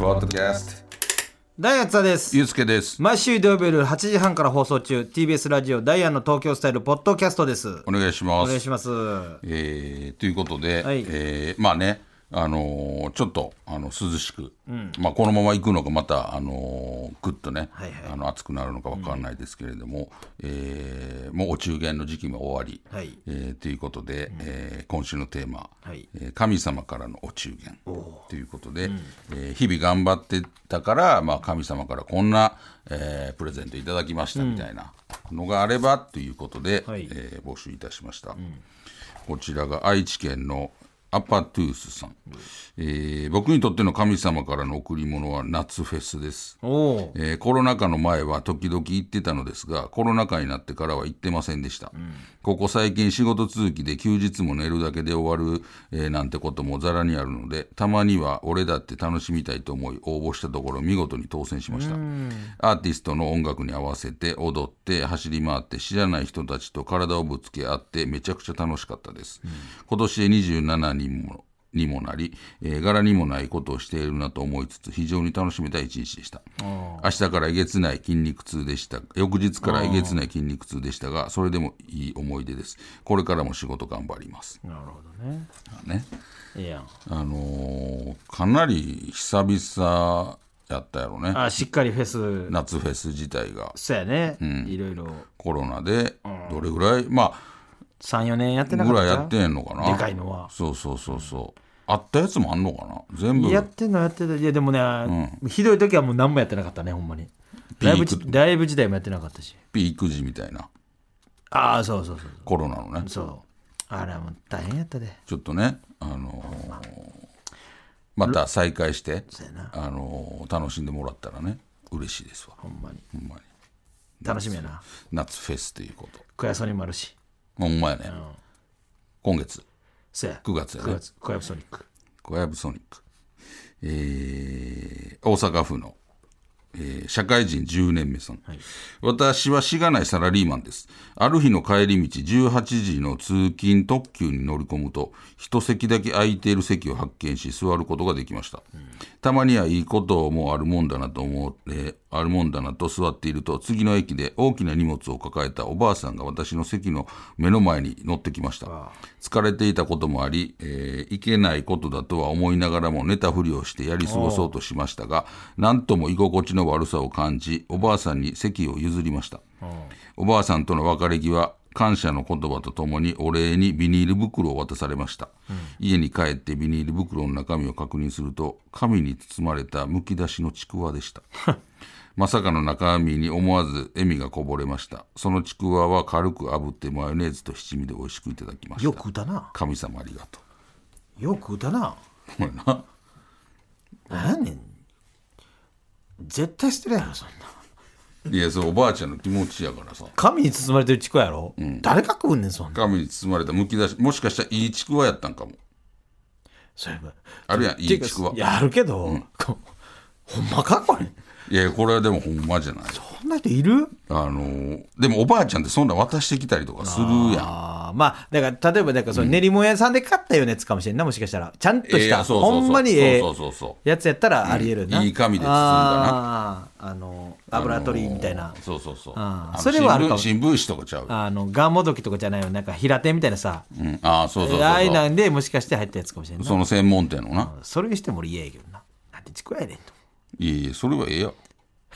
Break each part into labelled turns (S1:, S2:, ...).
S1: ポッドキャスト
S2: ダイアンツァです
S1: ゆうすけです
S2: 毎週土曜日夜8時半から放送中 TBS ラジオダイアンの東京スタイルポッドキャストです
S1: お願いしま
S2: お願い
S1: す
S2: します
S1: えーということで、
S2: はい
S1: えーまあねあのーちょっとあの涼しく、まあ、このまま行くのかまた、あのーぐっとね、
S2: はいはい
S1: あの暑くなるのか分からないですけれども、えーもうお中元の時期も終わり、
S2: はい
S1: えーということで、えー今週のテーマ、
S2: はい
S1: えー神様からのお中元ということで、えー日々頑張ってたから、まあ、神様からこんな、えープレゼントいただきましたみたいなのがあればということで、
S2: はい
S1: えー募集いたしました、こちらが愛知県のアパトゥースさん、えー僕にとっての神様からの贈り物は夏フェスです
S2: おおー
S1: えーコロナ禍の前は時々行ってたのですがコロナ禍になってからは行ってませんでした、ここ最近仕事続きで休日も寝るだけで終わる、えーなんてこともざらにあるのでたまには俺だって楽しみたいと思い応募したところ見事に当選しましたアーティストの音楽に合わせて踊って走り回って知らない人たちと体をぶつけ合ってめちゃくちゃ楽しかったです、今年で27人もにもなり、えー柄にもないことをしているなと思いつつ非常に楽しめた一日でした明日からえげつない筋肉痛でした翌日からえげつない筋肉痛でしたがそれでもいい思い出ですこれからも仕事頑張ります、
S2: なるほどね
S1: ね
S2: いいやん
S1: あのーかなり久々やったやろね
S2: あしっかりフェス
S1: 夏フェス自体が
S2: そうやね、いろいろ
S1: コロナでどれぐらいま
S2: 34年やって
S1: あ
S2: なか
S1: ぐ
S2: った
S1: らいやってんのかな
S2: でかいのは
S1: そうそうそうそうあったやつもあんのかな全部
S2: やってんのやってたいやでもね、ひどい時はもう何もやってなかったねほんまに
S1: ピー
S2: ライブ
S1: ク
S2: じライブ時代もやってなかったし
S1: ピーク時みたいな
S2: ああそうそうそう
S1: コロナのね
S2: そうあれはもう大変やったで
S1: ちょっとね、あのーまた再開して
S2: そうやな、
S1: あのー楽しんでもらったらね、嬉しいですわ。
S2: ほんまに
S1: ほんまに。
S2: 楽しみやな
S1: 夏フェスということ。
S2: 悔やそうにもあるし
S1: ほんまやね。今月、
S2: そうや
S1: 9月や
S2: 9
S1: ね。
S2: 月小籔ソニック
S1: 小籔ソニック。えー大阪府の、えー社会人10年目さん、私はしがないサラリーマンですある日の帰り道18時の通勤特急に乗り込むと一席だけ空いている席を発見し座ることができました、たまにはいいこともあるもんだなと思う、えーあるもんだなと座っていると次の駅で大きな荷物を抱えたおばあさんが私の席の目の前に乗ってきました疲れていたこともあり、えーいけないことだとは思いながらも寝たふりをしてやり過ごそうとしましたが何とも居心地の悪さを感じおばあさんに席を譲りましたおばあさんとの別れ際感謝の言葉とともにお礼にビニール袋を渡されました、家に帰ってビニール袋の中身を確認すると紙に包まれたむき出しのちくわでした まさかの中身に思わず笑みがこぼれましたそのちくわは軽く炙ってマヨネーズと七味で美味しくいただきました
S2: よく歌な
S1: 神様ありがと
S2: よく歌な
S1: う。ほらな。
S2: 何やねん絶対捨てるやろそんない
S1: や、それおばあちゃんの気持ちやからさ。
S2: 神に包まれてるちくわやろ、誰が食うんねんそんな
S1: 神に包まれたむき出し、もしかしたらいいちくわやったんかも。
S2: そういえば
S1: あるやん、い
S2: て
S1: い
S2: か
S1: ちくわ。
S2: いやあるけど、こほんまかこれ
S1: いや、これはでもほんまじゃない。
S2: こんな人いる
S1: あのーでもおばあちゃんってそんなん渡してきたりとかするやん。
S2: あーまあだから例えばだからその練り物屋さんで買ったようなやつかもしれんなもしかしたらちゃんと
S1: ええ
S2: し
S1: や
S2: た、
S1: んそうそうそう
S2: ほんまにええ
S1: そうそうそうそ
S2: やつやったらありえるな、
S1: うんいい紙で包んだな
S2: あーあの油取りみたいな、
S1: あのーそうそうそう。
S2: あー
S1: の
S2: それはあるかも
S1: 新聞新聞紙とかちゃう。
S2: あのガンモドキとかじゃないよなんか平手みたいなさ
S1: うん、ああ、そうそうそう
S2: ああいう
S1: そ
S2: なんでもしかして入ったやつかもしれん
S1: う。
S2: な
S1: その専門店のな。
S2: それにしても俺嫌やけどななんてちくわやねんと
S1: いやいや、それはええやん。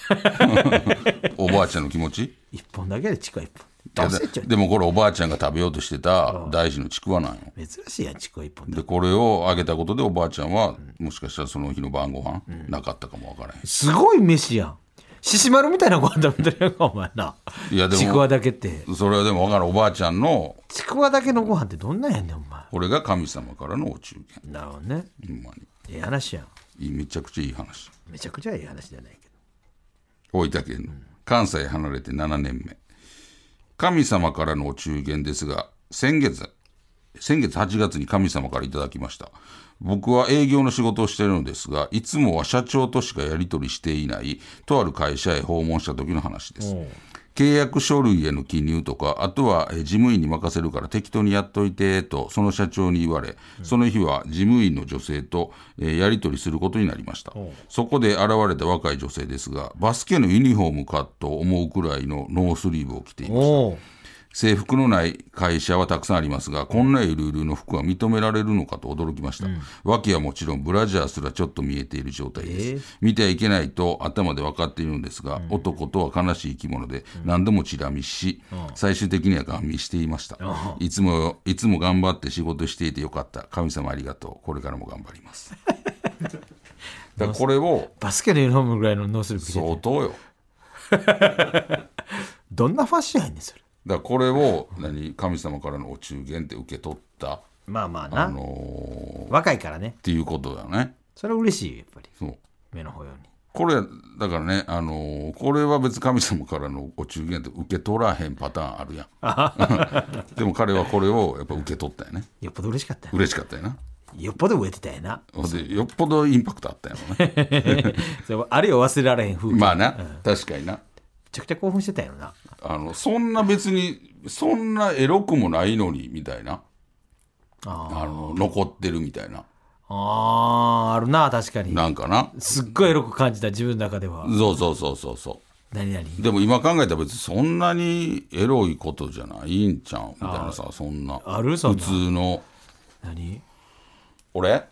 S1: おばあちゃんの気持ち
S2: 一本だけでちくわ一本どうせっちゃう
S1: でもこれおばあちゃんが食べようとしてた大事のちくわなんよ。
S2: 珍しいやんちくわ一本だ
S1: でこれをあげたことでおばあちゃんは、もしかしたらその日の晩ご飯、なかったかもわからへん
S2: すごい飯やん獅子丸みたいなご飯食べてるやんかお前ない
S1: やでも
S2: ちくわだけって
S1: それはでもわからんおばあちゃんの
S2: ちくわだけのご飯ってどんなんやねんお前
S1: これが神様からのお中元
S2: なるほどね
S1: ほんまに
S2: ええ話やん
S1: いいめちゃくちゃいい話
S2: めちゃくちゃええ話じゃないけど
S1: 大分県の関西離れて7年目神様からのお中元ですが先月先月8月に神様からいただきました僕は営業の仕事をしているのですがいつもは社長としかやり取りしていないとある会社へ訪問した時の話です契約書類への記入とか、あとはえー事務員に任せるから適当にやっといてと、その社長に言われ、その日は事務員の女性と、えーやり取りすることになりました。そこで現れた若い女性ですが、バスケのユニフォームかと思うくらいのノースリーブを着ていました。
S2: おお。
S1: 制服のない会社はたくさんありますが、こんなゆるゆるの服は認められるのかと驚きました。脇はもちろんブラジャーすらちょっと見えている状態です。
S2: えー
S1: 見てはいけないと頭で分かっているのですが、男とは悲しい生き物で何度もチラ見し、最終的にはガン見していました。いつも、いつも頑張って仕事していてよかった。神様ありがとう。これからも頑張り ます。だからこれを
S2: バスケのユニフォームぐらいのノースリーブ着て
S1: 相当よ。
S2: どんなファッションやねんそれ
S1: だからこれを何神様からのお中元って受け取った。
S2: まあまあな、
S1: あのー
S2: 若いからね
S1: っていうことだよね。
S2: それは嬉しいやっぱり
S1: そう
S2: 目の保養に
S1: これだからね、あのーこれは別に神様からのお中元って受け取らへんパターンあるやん でも彼はこれをやっぱ受け取ったよね
S2: よっぽど嬉しかったよ
S1: 嬉しかったよな
S2: よっぽど植えてたよな
S1: でよっぽどインパクトあったよ ね
S2: それあるいは忘れられへん風景、
S1: ま
S2: ま
S1: あな、確かにな
S2: めちゃくちゃ興奮してたよな
S1: あのそんな別にそんなエロくもないのにみたいな
S2: あ
S1: あの残ってるみたいな
S2: あーあるな確かに
S1: なんかな
S2: すっごいエロく感じた自分の中では
S1: そうそうそうそうそ
S2: 何々
S1: うでも今考えたら別にそんなにエロいことじゃないんちゃうみたいなさそんな
S2: ある
S1: 普
S2: そんな
S1: 通の
S2: 何
S1: 俺、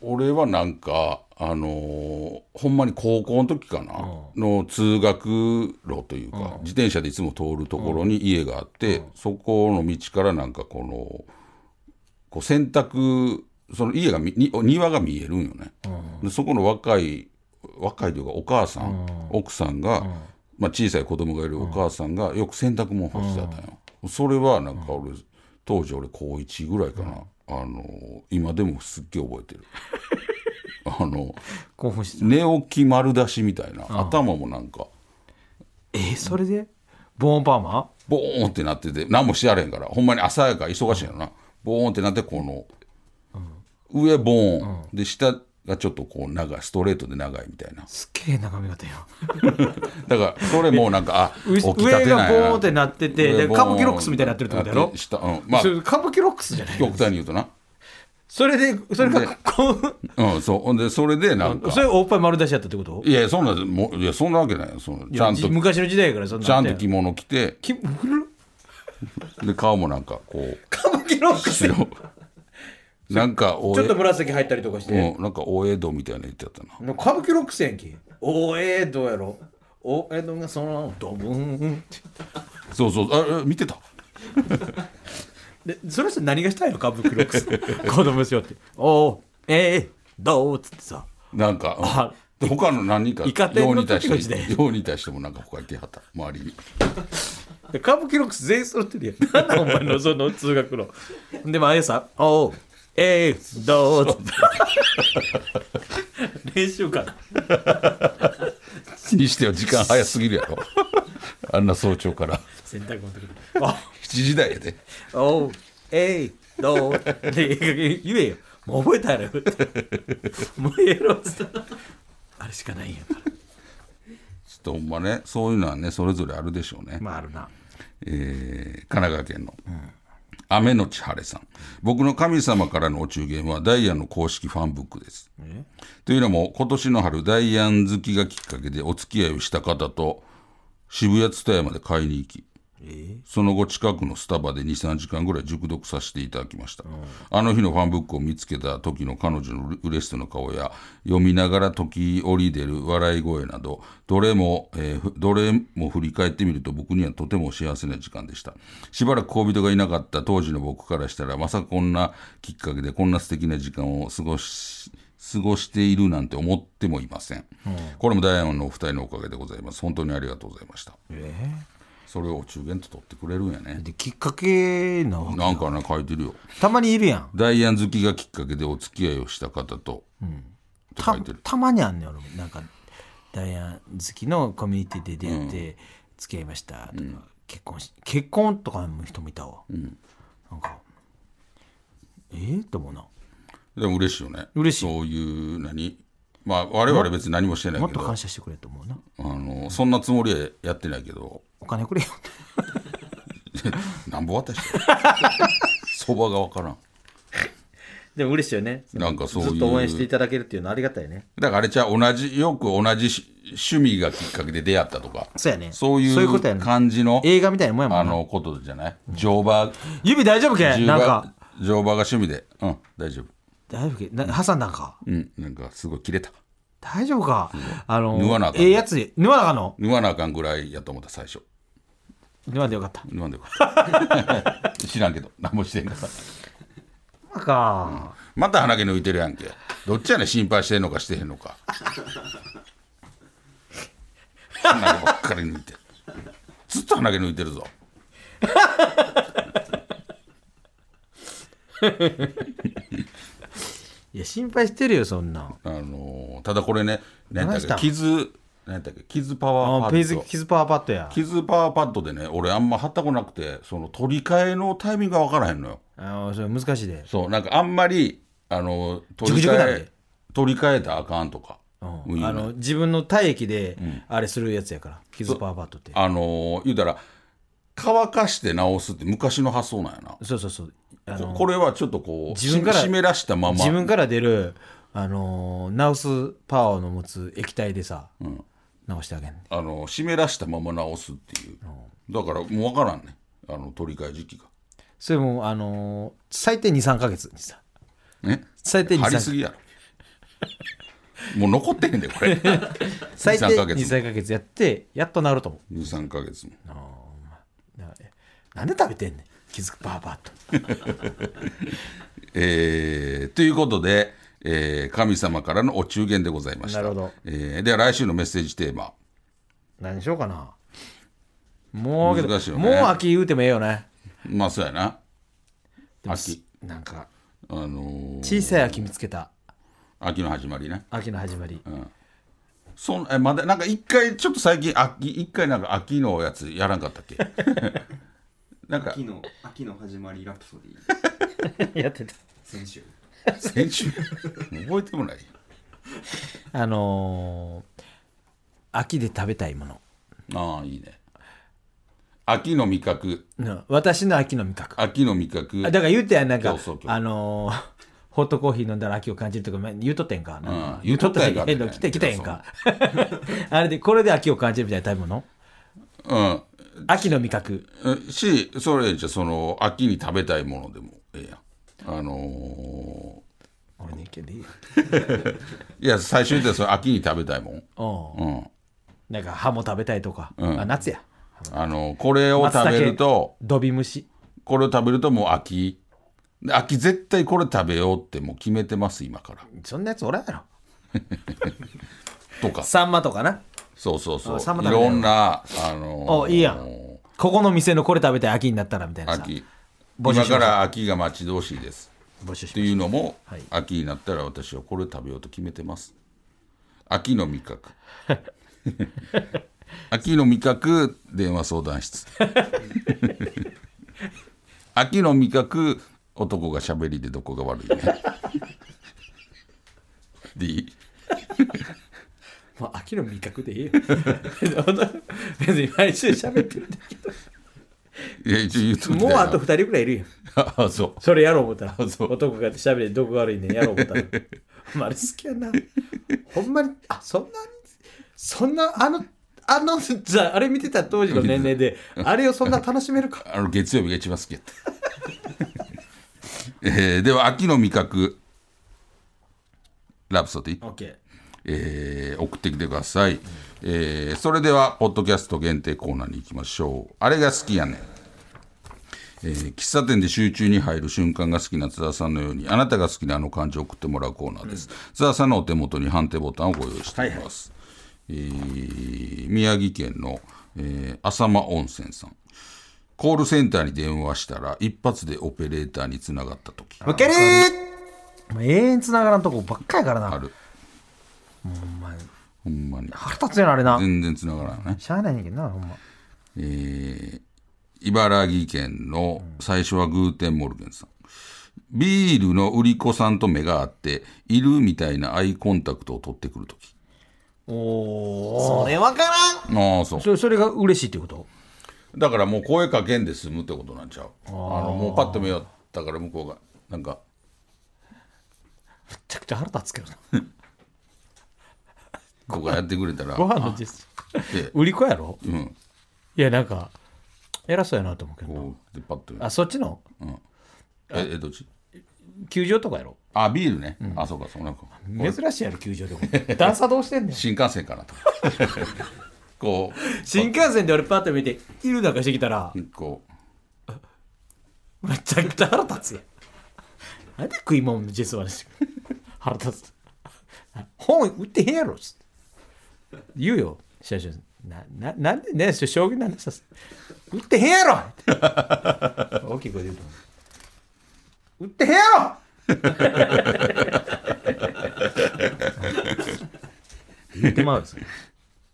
S1: 俺はなんかあのーほんまに高校の時かな、の通学路というか、自転車でいつも通るところに家があって、そこの道からなんかこのこう洗濯その家がみに庭が見えるんよね、でそこの若い若いというかお母さん、奥さんが、まあ、小さい子供がいるお母さんがよく洗濯物干してたんよ、それはなんか俺、当時俺高1ぐらいかな、あの今でもすっげえ覚えてるあの
S2: 興奮してた
S1: 寝起き丸出しみたいな、頭もなんか
S2: えーそれでボーンパーマ
S1: ボーンってなってて何もしてやれへんからほんまに朝やから忙しいんやろな、ボーンってなってこの、上ボーン、で下がちょっとこう長いストレートで長いみたいな
S2: すっげえ長め型よ
S1: だからそれもなん かあ
S2: う
S1: 起
S2: 上が
S1: きたてなん
S2: ボ
S1: や
S2: ーンってなってて
S1: 上
S2: で
S1: ボ
S2: 歌舞伎ロックスみたいになってるってことやろ
S1: なて下うんまあ
S2: それ歌舞伎ロックスじゃない
S1: 極端に言うとな
S2: それでそれ
S1: で
S2: がこう
S1: うんそうほんでそれでなんか
S2: それおっぱい丸出しやったってこと
S1: いやそんなもういやそんなわけないよそのちゃんと
S2: 昔の時代やからそんな
S1: ちゃんと
S2: き
S1: 着物着て
S2: き古っ
S1: で顔もなんかこ う
S2: 歌舞伎ロックスち
S1: 白なんかお
S2: ょっ
S1: え
S2: と紫入ったりとかして、
S1: うんなんかお江戸みたいな言ってやったな
S2: 歌舞伎ロックスやんけおえどうやろおえどがそのドブーンって
S1: そうそうあえ見てた
S2: でその人何がしたいの歌舞伎ロック ス子供しようっておえどうっつってさ
S1: なんかうん
S2: あ
S1: で他の何人か
S2: イカ天
S1: 用
S2: の
S1: に対
S2: 時の
S1: し
S2: 時代
S1: て用に対してもなんか他に手はった周りに
S2: で歌舞伎ロックス全員揃ってるやん なんだお前のその通学路でもあれさおえどうっつって練習かな
S1: にしては時間早すぎるや ろあんな早朝から
S2: 洗濯物とかあ
S1: 7時台やで
S2: おう、えい、どう、で言えよ。もう覚えたやろ。もうええろ。 あれしかないんやから。
S1: ちょっとほんまねそういうのはねそれぞれあるでしょうね
S2: まああるな。
S1: えー神奈川県の、雨のち晴れさん僕の神様からのお中元はダイアンの公式ファンブックですというのも今年の春ダイアン好きがきっかけでお付き合いをした方と渋谷蔦屋まで買いに行き
S2: え
S1: その後近くのスタバで23時間ぐらい熟読させていただきました、あの日のファンブックを見つけた時の彼女のう嬉しそうな顔や読みながら時折出る笑い声などどれも、えーふどれも振り返ってみると僕にはとても幸せな時間でしたしばらく恋人がいなかった当時の僕からしたらまさかこんなきっかけでこんな素敵な時間を過ごし過ごしているなんて思ってもいません、これもダイアンのお二人のおかげでございます本当にありがとうございました
S2: え
S1: それをお中元と取ってくれるんやね
S2: で、きっかけなわ
S1: なんかね、書いてるよ。
S2: たまにいるやん。
S1: ダイアン好きがきっかけでお付き合いをした方と、って書
S2: た
S1: いてる。
S2: たまにあんねん、俺も。なんか、ダイアン好きのコミュニティで出会って、付き合いましたとか、結婚し、結婚とかの人もいたわ。なんか、ええと思うな。
S1: でも嬉しいよね。
S2: 嬉しい
S1: そういう、何まあ、我々別に何もしてない
S2: もっ
S1: け
S2: と
S1: ど、
S2: 感謝してくれと思うな。
S1: あの、そんなつもりはやってないけど、
S2: お金くれよって
S1: なんぼ渡してそばが分からん
S2: でも嬉しいよね
S1: なんかそういう
S2: ずっと応援していただけるっていうのはありがたいね
S1: だからあれちゃう同じよく同じし趣味がきっかけで出会ったとか
S2: そうやね
S1: そうい
S2: そういう
S1: う
S2: ことやね
S1: 感じの
S2: 映画みたいなもんやも
S1: あ
S2: んな
S1: のことじゃない乗馬
S2: 指大丈夫け
S1: 乗
S2: なんか
S1: 馬乗馬が趣味でうん大丈夫
S2: 大丈夫けな挟んだんか
S1: うんなんかすごい切れた
S2: 大丈夫かあの
S1: 縫わなあかん
S2: ええやつで縫わなあかんの
S1: 縫わなあかんぐらいやと思った最初
S2: 縫わんでよかった
S1: 縫わんでよかった 知らんけど何もしてんから
S2: なんか
S1: また鼻毛抜いてるやんけどっちやねん心配してんのかしてへんのか鼻毛ばっかり抜いてずっと鼻毛抜いてるぞ
S2: いや心配してるよそんなん
S1: あのーただこれね何やっ
S2: どないしたた
S1: っ
S2: ん
S1: け傷何やったっけ傷パワーパ
S2: あ
S1: ッド
S2: ペーズキズパワーパッドや
S1: 傷パワーパッドでね俺あんま貼ったこなくてその取り替えのタイミングが分からへんのよ
S2: あそれ難しいで
S1: そうなんかあんまりあの取り
S2: ジュクジュクな
S1: 替
S2: ん
S1: え
S2: で
S1: 取り替えたらあかんとか、
S2: う、
S1: 言うんね
S2: あの自分の体液であれするやつやから、キズパワーパッドって
S1: あのー言うたら乾かして直すって昔の発想なんやな
S2: そうそうそうあ
S1: こ
S2: の
S1: これはちょっとこう
S2: 自分から
S1: 湿らしたまま
S2: 自分から出る、あのー、治すパワーの持つ液体でさ、直してあげんね
S1: あの湿らしたまま直すっていう、だからもう分からんねあの取り替え時期が
S2: それも、あのー最低23か月にさ
S1: ね
S2: 最低23
S1: 張りすぎやろ もう残ってへんでこれ
S2: 最低
S1: 23ヶ月
S2: 23か月やってやっと治ると思う
S1: 23か月も
S2: ななんで食べてんねん気づくパワーパッド
S1: えーということで、えー神様からのお中元でございました
S2: なるほど
S1: えーでは来週のメッセージテーマ
S2: 何しようかなもうけど
S1: 難しいよね
S2: もう秋言うてもええよね
S1: まあそうやな
S2: でも
S1: 秋
S2: なんか
S1: あのー
S2: 小さい秋見つけた
S1: 秋の始まりね
S2: 秋の始まり、
S1: そんえまだなんか一回ちょっと最近秋一回なんか秋のやつやらんかったっけ なんか
S3: 秋の秋の始まりラプソデ ィ
S2: やってた
S3: 先週
S1: 先週覚えてもない
S2: あのー秋で食べたいもの
S1: ああいいね秋の味覚
S2: うん私の秋の味覚
S1: 秋の味覚
S2: あだから言うてやんなんか
S1: そうそうそう
S2: あのーホットコーヒー飲んだら秋を感じるとかまあ言うとってんかなんか
S1: うん言うとったやんか
S2: 言うとったやん来て来たやんか あれでこれで秋を感じるみたいな食べ物
S1: うん
S2: 秋の味覚
S1: えしそれじゃその秋に食べたいものでもええやんあの
S2: 俺ねけでいいよ
S1: ーいや最初言ったらその秋に食べたいもん
S2: おう
S1: うん
S2: なんかハモ食べたいとか、あ夏や
S1: あのこれを食べると
S2: ドビムシ
S1: これを食べるともう秋で秋絶対これ食べようってもう決めてます今から
S2: そんなやつおらんやろ
S1: とか
S2: サンマとかな
S1: そうそうそ
S2: あサン
S1: う
S2: マ
S1: い
S2: 食べたいわ
S1: ろんなあのー
S2: おいいやんここの店のこれ食べたい秋になったらみたいなさ
S1: 秋
S2: 募
S1: 今
S2: 集しましょう
S1: から秋が待ち遠しいです
S2: 募集し
S1: と
S2: ま
S1: い
S2: し
S1: うのも、
S2: はい
S1: 秋になったら私はこれ食べようと決めてます秋の味覚 秋の味覚電話相談室 秋の味覚男がしゃべりでどこが悪いねでいい
S2: たもう秋の味覚でいいよ別に毎週喋ってるんだけ
S1: いや一応言うと
S2: ど
S1: いた
S2: も
S1: よ
S2: う
S1: な
S2: あと2人ぐらいいるよ
S1: あそう
S2: それやろう思ったら
S1: そう
S2: 男が喋れてどこが悪いねんやろう思ったらほんまあれ好きやなほんまにあそんなにそんなあのあのじゃああれ見てた当時の年齢であれをそんな楽しめるか
S1: あの月曜日が一番好きやった、 えーでは秋の味覚ラブソティ
S2: OK
S1: えー送ってきてください、えーそれではポッドキャスト限定コーナーに行きましょうあれが好きやねん、えー喫茶店で集中に入る瞬間が好きな津田さんのようにあなたが好きなあの漢字を送ってもらうコーナーです、津田さんのお手元に判定ボタンをご用意しています、えー宮城県の、えー浅間温泉さんコールセンターに電話したら一発でオペレーターにつながった時
S2: わかるー永遠つながらんとこばっかやからな
S1: ある
S2: ほんまに
S1: ほんまに
S2: 腹立つよなあれな
S1: 全然つながらんよね
S2: しゃあないねんけどなほんま
S1: えー茨城県の最初はグーテンモルゲンさん。ビールの売り子さんと目が合って、いるみたいなアイコンタクトを取ってくるとき。
S2: おおそれわからん
S1: ああ、そう。
S2: それそれが嬉しいってこと
S1: だからもう声かけんで済むってことなんちゃうあのもうパッと目よったから向こうがなんか
S2: めちゃくちゃ腹立つけどな
S1: ここがやってくれたら
S2: ご飯のジェスチャー
S1: で
S2: 売り子やろ
S1: うん
S2: いやなんか偉そうやなと思うけどな
S1: こうでパッと
S2: あそっちの
S1: ええどっち
S2: 球場とかやろ
S1: あビールね、あそうかそうなんか
S2: 珍しいやろ球場とか 段差どうしてんねん
S1: 新幹線かなと こ
S2: 新幹線で俺パッと見ているなんかしてきたら
S1: うこう
S2: めちゃくちゃ腹立つやんなんで食い物のジェス話してくる腹立つ本売ってへんやろっつって言うよ社長なななんでね将棋なんでさ売ってへんやろって大きい声で言うと思う売ってへんやろ言ってまうよそれ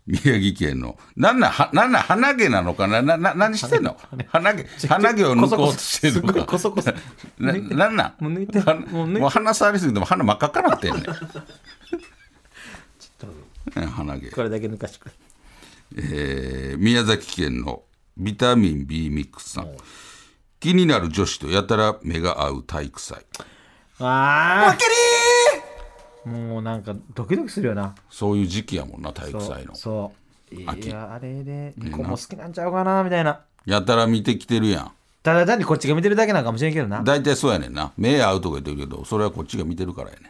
S1: 宮城県の、なんなん、はなんなん、鼻毛なのかなな、な、何してんの鼻毛、鼻毛を抜こうとしてるの
S2: こ
S1: か。
S2: そこそ
S1: な、なんなん
S2: もう抜いて
S1: は
S2: もう抜いて
S1: もう鼻触りすぎても鼻真っ赤っかなってんねん うん。鼻毛。
S2: これだけ抜かしてくれ
S1: えー宮崎県のビタミン B ミックスさん。気になる女子とやたら目が合う体育祭。
S2: ああもうなんかドキドキするよな
S1: そういう時期やもんな、体育祭の。
S2: そういやあれでニコも好きなんちゃうかなみたいな
S1: やたら見てきてるやん。
S2: ただ単にこっちが見てるだけなんかもしれんけどな
S1: 大体そうやねんな。目合うとか言ってるけど、それはこっちが見てるからやねん。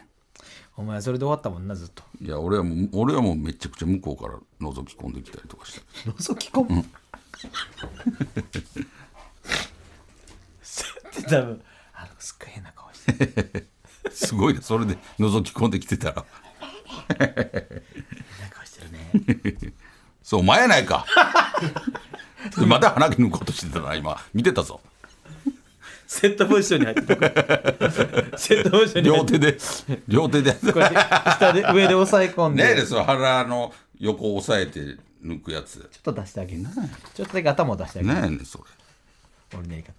S2: お前それで終わったもんなずっ と
S1: いや俺はもう俺はもうめちゃくちゃ向こうから覗き込んできたりとかして
S2: 覗き込む、それって多分あのすっごい変な顔してる
S1: すごいねそれで覗き込んできてたら
S2: 変な顔してるね
S1: そうお前やないかでまた鼻毛抜こうとしてたな今見てたぞ
S2: セットポジションに入ってたセットポジションに入
S1: 両
S2: って
S1: 手で両手で
S2: こうやって下で上で押さえ込んで
S1: ねえですよ腹の横押さえて抜くやつ
S2: ちょっと出してあげるちょっとだけ頭を出してあげる、
S1: ねえねそれ
S2: 俺のやり方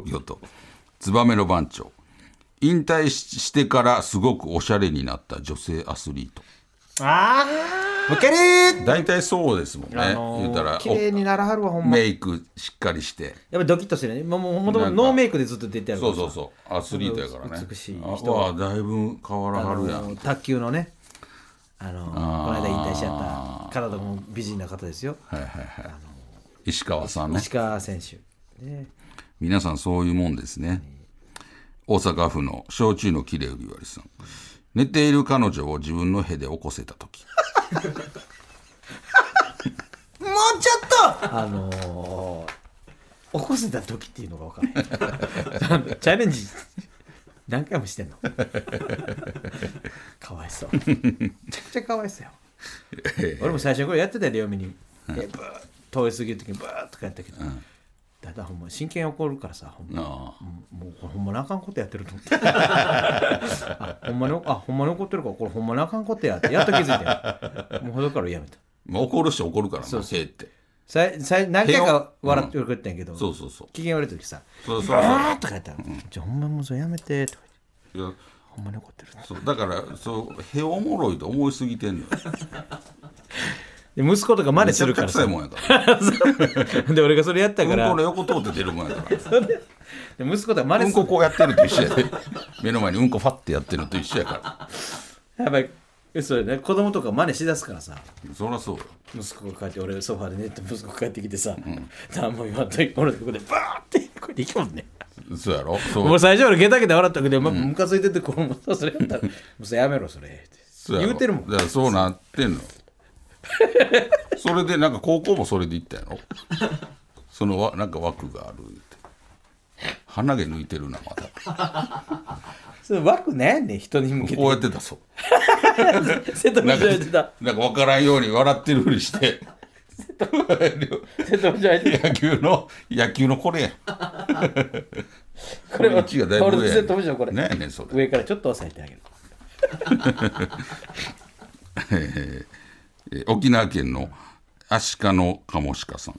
S1: 東京都燕の番長引退ししてからすごくおしゃれになった女性アスリート
S2: ああむけりー
S1: 大体そうですもんね、
S2: あのー
S1: 言うたら
S2: 綺麗にならはるわほ
S1: お
S2: んまや
S1: メイクしっかりして
S2: っぱドキッとしてるねもうもうもともとノーメイクでずっと出てあるか
S1: そ
S2: ら
S1: うそうそうアスリートやからね
S2: 美しい人
S1: 人はだいぶ変わらはるや
S2: あの
S1: ん
S2: 卓球のねあのこの間引退しちゃった方とかも美人な方ですよ
S1: 石川さんね
S2: 石川選手ね
S1: 皆さんそういうもんですね大阪府の焼酎のきれい売り割りさん寝ている彼女を自分のヘで起こせた 時
S2: もうちょっとあのー、起こせた時っていうのが分 からないチャレンジ何回もしてんの かわいそうめちゃくちゃかわいそうよ俺も最初これやってたよ両目に、でブー遠いすぎる時にブーッとかやったけど、だんだんほんま真剣起こるからさほんま
S1: ああ
S2: もうこれほんまにあかんことやってると思って あほんまにあほんまに怒ってるからこれほんまにあかんことやってやっと気づいてもうほどからやめた
S1: まあ怒る人怒るからなヘって
S2: さいさい何回か笑ってくれたんやけど、
S1: そうそうそう
S2: 機嫌悪い時さ「
S1: そうそう
S2: あーとか言ったら「じゃあほんまもうそれやめて」とか言って
S1: いや
S2: ほんまに怒ってる
S1: そうだからそうヘおもろいと思いすぎてんの よ
S2: で息子とか真似
S1: めち
S2: す
S1: ゃ
S2: る
S1: くち
S2: か
S1: ゃ臭
S2: らさ
S1: いもんやから
S2: で俺がそれやった
S1: うん
S2: か
S1: こ
S2: ら
S1: の横通って出るもん やから
S2: で息子とか真
S1: う
S2: 似
S1: ん
S2: す
S1: こ
S2: る
S1: こうやってると一緒やで目の前にうんこファってやってると一緒やか
S2: やばいそれね子供とか真似しだすからさ
S1: らそりゃそう よ
S2: 息子が帰って俺ソファーで寝て息子が帰ってきてさ、何も言わんと俺のとこでバーってこうやって行きもんね
S1: そうやろそう
S2: 俺最初俺ゲタゲタ笑ったけど、まあ、ムカついててこうもうそれやったら「もうそれやめろそれ」って
S1: そうやろ
S2: 言うてるもん
S1: だからそうなってんの それでなんか高校もそれで行ったやろそのわなんか枠があるって鼻毛抜いてるなまた
S2: それ枠ねんねん人に向けて
S1: こうやってた そう
S2: 瀬戸
S1: なん
S2: 内
S1: か
S2: 入ってた
S1: なんか分からんように笑ってるふりして
S2: 瀬戸内入って
S1: 野球の野球のこれや
S2: たこれは
S1: 一がだいぶ上
S2: 俺
S1: や
S2: 瀬戸内のこれ
S1: ねえねえそれ
S2: 上からちょっと押さえてあげる
S1: えー沖縄県のアシカのカモシカさん、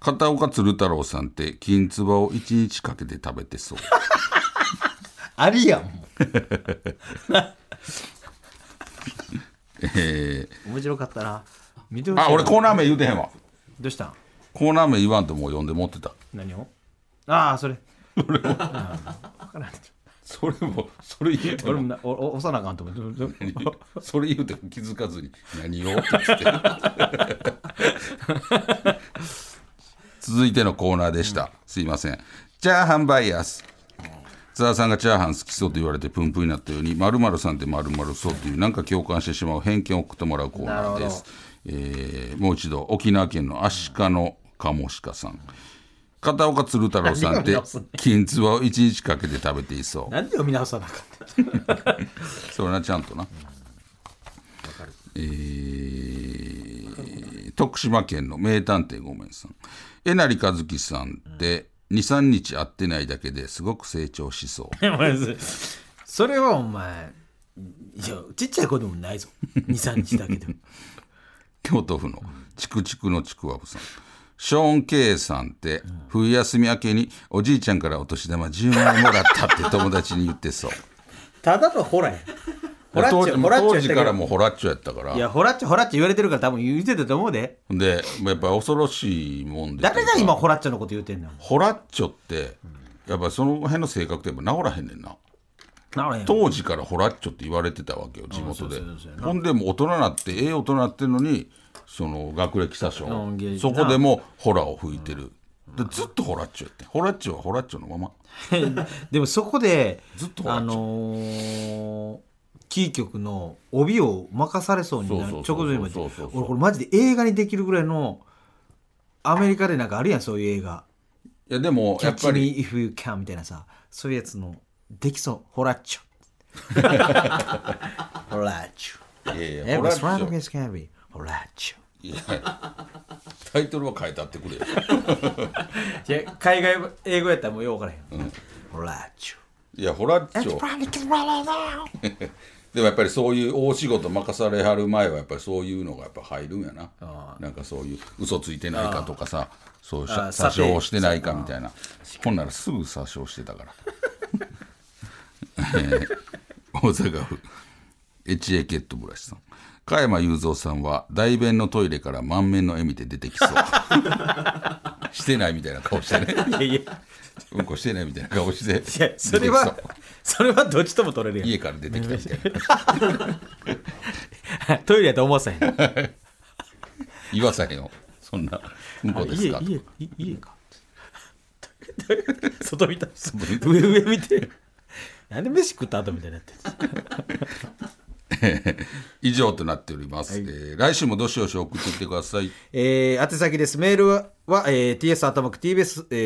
S1: 片岡鶴太郎さんって金つばを一日かけて食べてそう
S2: ありやんも
S1: えー
S2: う面白かったな見てほしい
S1: あ俺コーナー名言うてへんわ
S2: どうしたん
S1: コーナー名言わんともう読んで持ってた
S2: 何をああそれ俺も分からん
S1: それもそれ言うて
S2: 俺
S1: も
S2: もなおお押さなあかんと思って
S1: それ言うても気づかずに何 をって言って続いてのコーナーでした、すいませんチャーハンバイアス津田さんがチャーハン好きそうと言われてプンプンになったように〇〇さんって〇〇そうというなんか共感してしまう偏見を送ってもらうコーナーです、えーもう一度沖縄県のアシカのカモシカさん片岡鶴太郎さんっ
S2: 何を見
S1: て
S2: 直すん
S1: きんつばを一日かけて食べてい そう
S2: なんで読み直さなあかった
S1: それなちゃんとな、えー徳島県の名探偵ごめんさんえなりかずきさんって23日会ってないだけですごく成長しそう
S2: お 前そそれはお前いやちっちゃい子でもな いぞ23日だけでも
S1: 京都府のチクチクのちくわぶさんショーン・ケイさんって冬休み明けにおじいちゃんからお年玉10万円もらったって友達に言ってそう
S2: ただのホラやホラッ
S1: 当
S2: チ
S1: 時
S2: ョホラッ
S1: 当
S2: チョや
S1: 時
S2: ったけど
S1: からもうホラッチョやったか
S2: いや
S1: ら
S2: ホラッチョホラッチョ言われてるから多分言ってたと思うで
S1: でやっぱ恐ろしいもんで
S2: 誰が今ホラッチョのこと言うてんの
S1: ホラッチョって、やっぱりその辺の性格ってやっぱ治らへんねんな
S2: なる
S1: 当時からホラッチョって言われてたわけよ地元で
S2: そうそうそうそう
S1: ほんでもう大人なってええ大人なってんのにその学歴詐
S2: うん芸
S1: 称
S2: 術
S1: そこでもホラを吹いてる、でずっとホラッチョやってホラッチョはホラッチョのまま
S2: でもそこで
S1: ずっとホラ
S2: あ
S1: ッチョ、
S2: のーキー局の帯を任されそうになる
S1: そうそ
S2: 直
S1: うそう
S2: 前まで
S1: そうそうそうそう
S2: 俺これマジで映画にできるぐらいのアメリカでなんかあるやんそういう映画
S1: いやでも
S2: 「
S1: やっぱ
S2: Catch
S1: り
S2: me if you can」みたいなさそういうやつのできそうホラッ チョホラッチョ
S1: いやいやホ
S2: Every
S1: ラッチョ
S2: strong is can be ホラッチ
S1: いやタイトルは変えたってくれよ
S2: ョいや海外英語やったらもうよう分からへん、ホラッチョ
S1: いやホラッチョでもやっぱりそういう大仕事任されはる前はやっぱりそういうのがやっぱ入るんやななんかそういう嘘ついてないかとかさそうしゃ
S2: あー
S1: 詐
S2: 査定
S1: 称してないかみたいなほんならすぐ詐称してたから えー大阪府エチエケットブラシさん加山雄三さんは大便のトイレから満面の笑みで出てき そうしてない みたいな顔してね
S2: いやいや
S1: うんこしてないみたいな顔して
S2: いやそれ
S1: 出
S2: は
S1: てきう
S2: それはどっちとも取れるやん
S1: 家から出てきたみたいな
S2: トイレやと思わせへん。
S1: 言わさへんよそんなうんこですか
S2: 家、家、家か。 外見た。上、上見て。なんで飯食った後みたいになってる
S1: 以上となっております、えー来週もどしどし送ってきてください
S2: えー、宛先です。メールは、えー、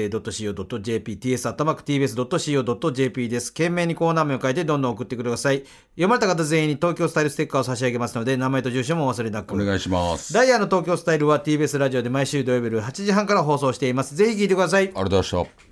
S2: ts.tbs.co.jp、ts.tbs.co.jp です。懸命にコーナー名を書いてどんどん送ってください。読まれた方全員に東京スタイルステッカーを差し上げますので、名前と住所もお忘れなく。
S1: お願いしますあ
S2: ダイヤの東京スタイルは TBS ラジオで毎週土曜日夜8時半から放送しています。ぜひ聞いてください。
S1: りがとうございました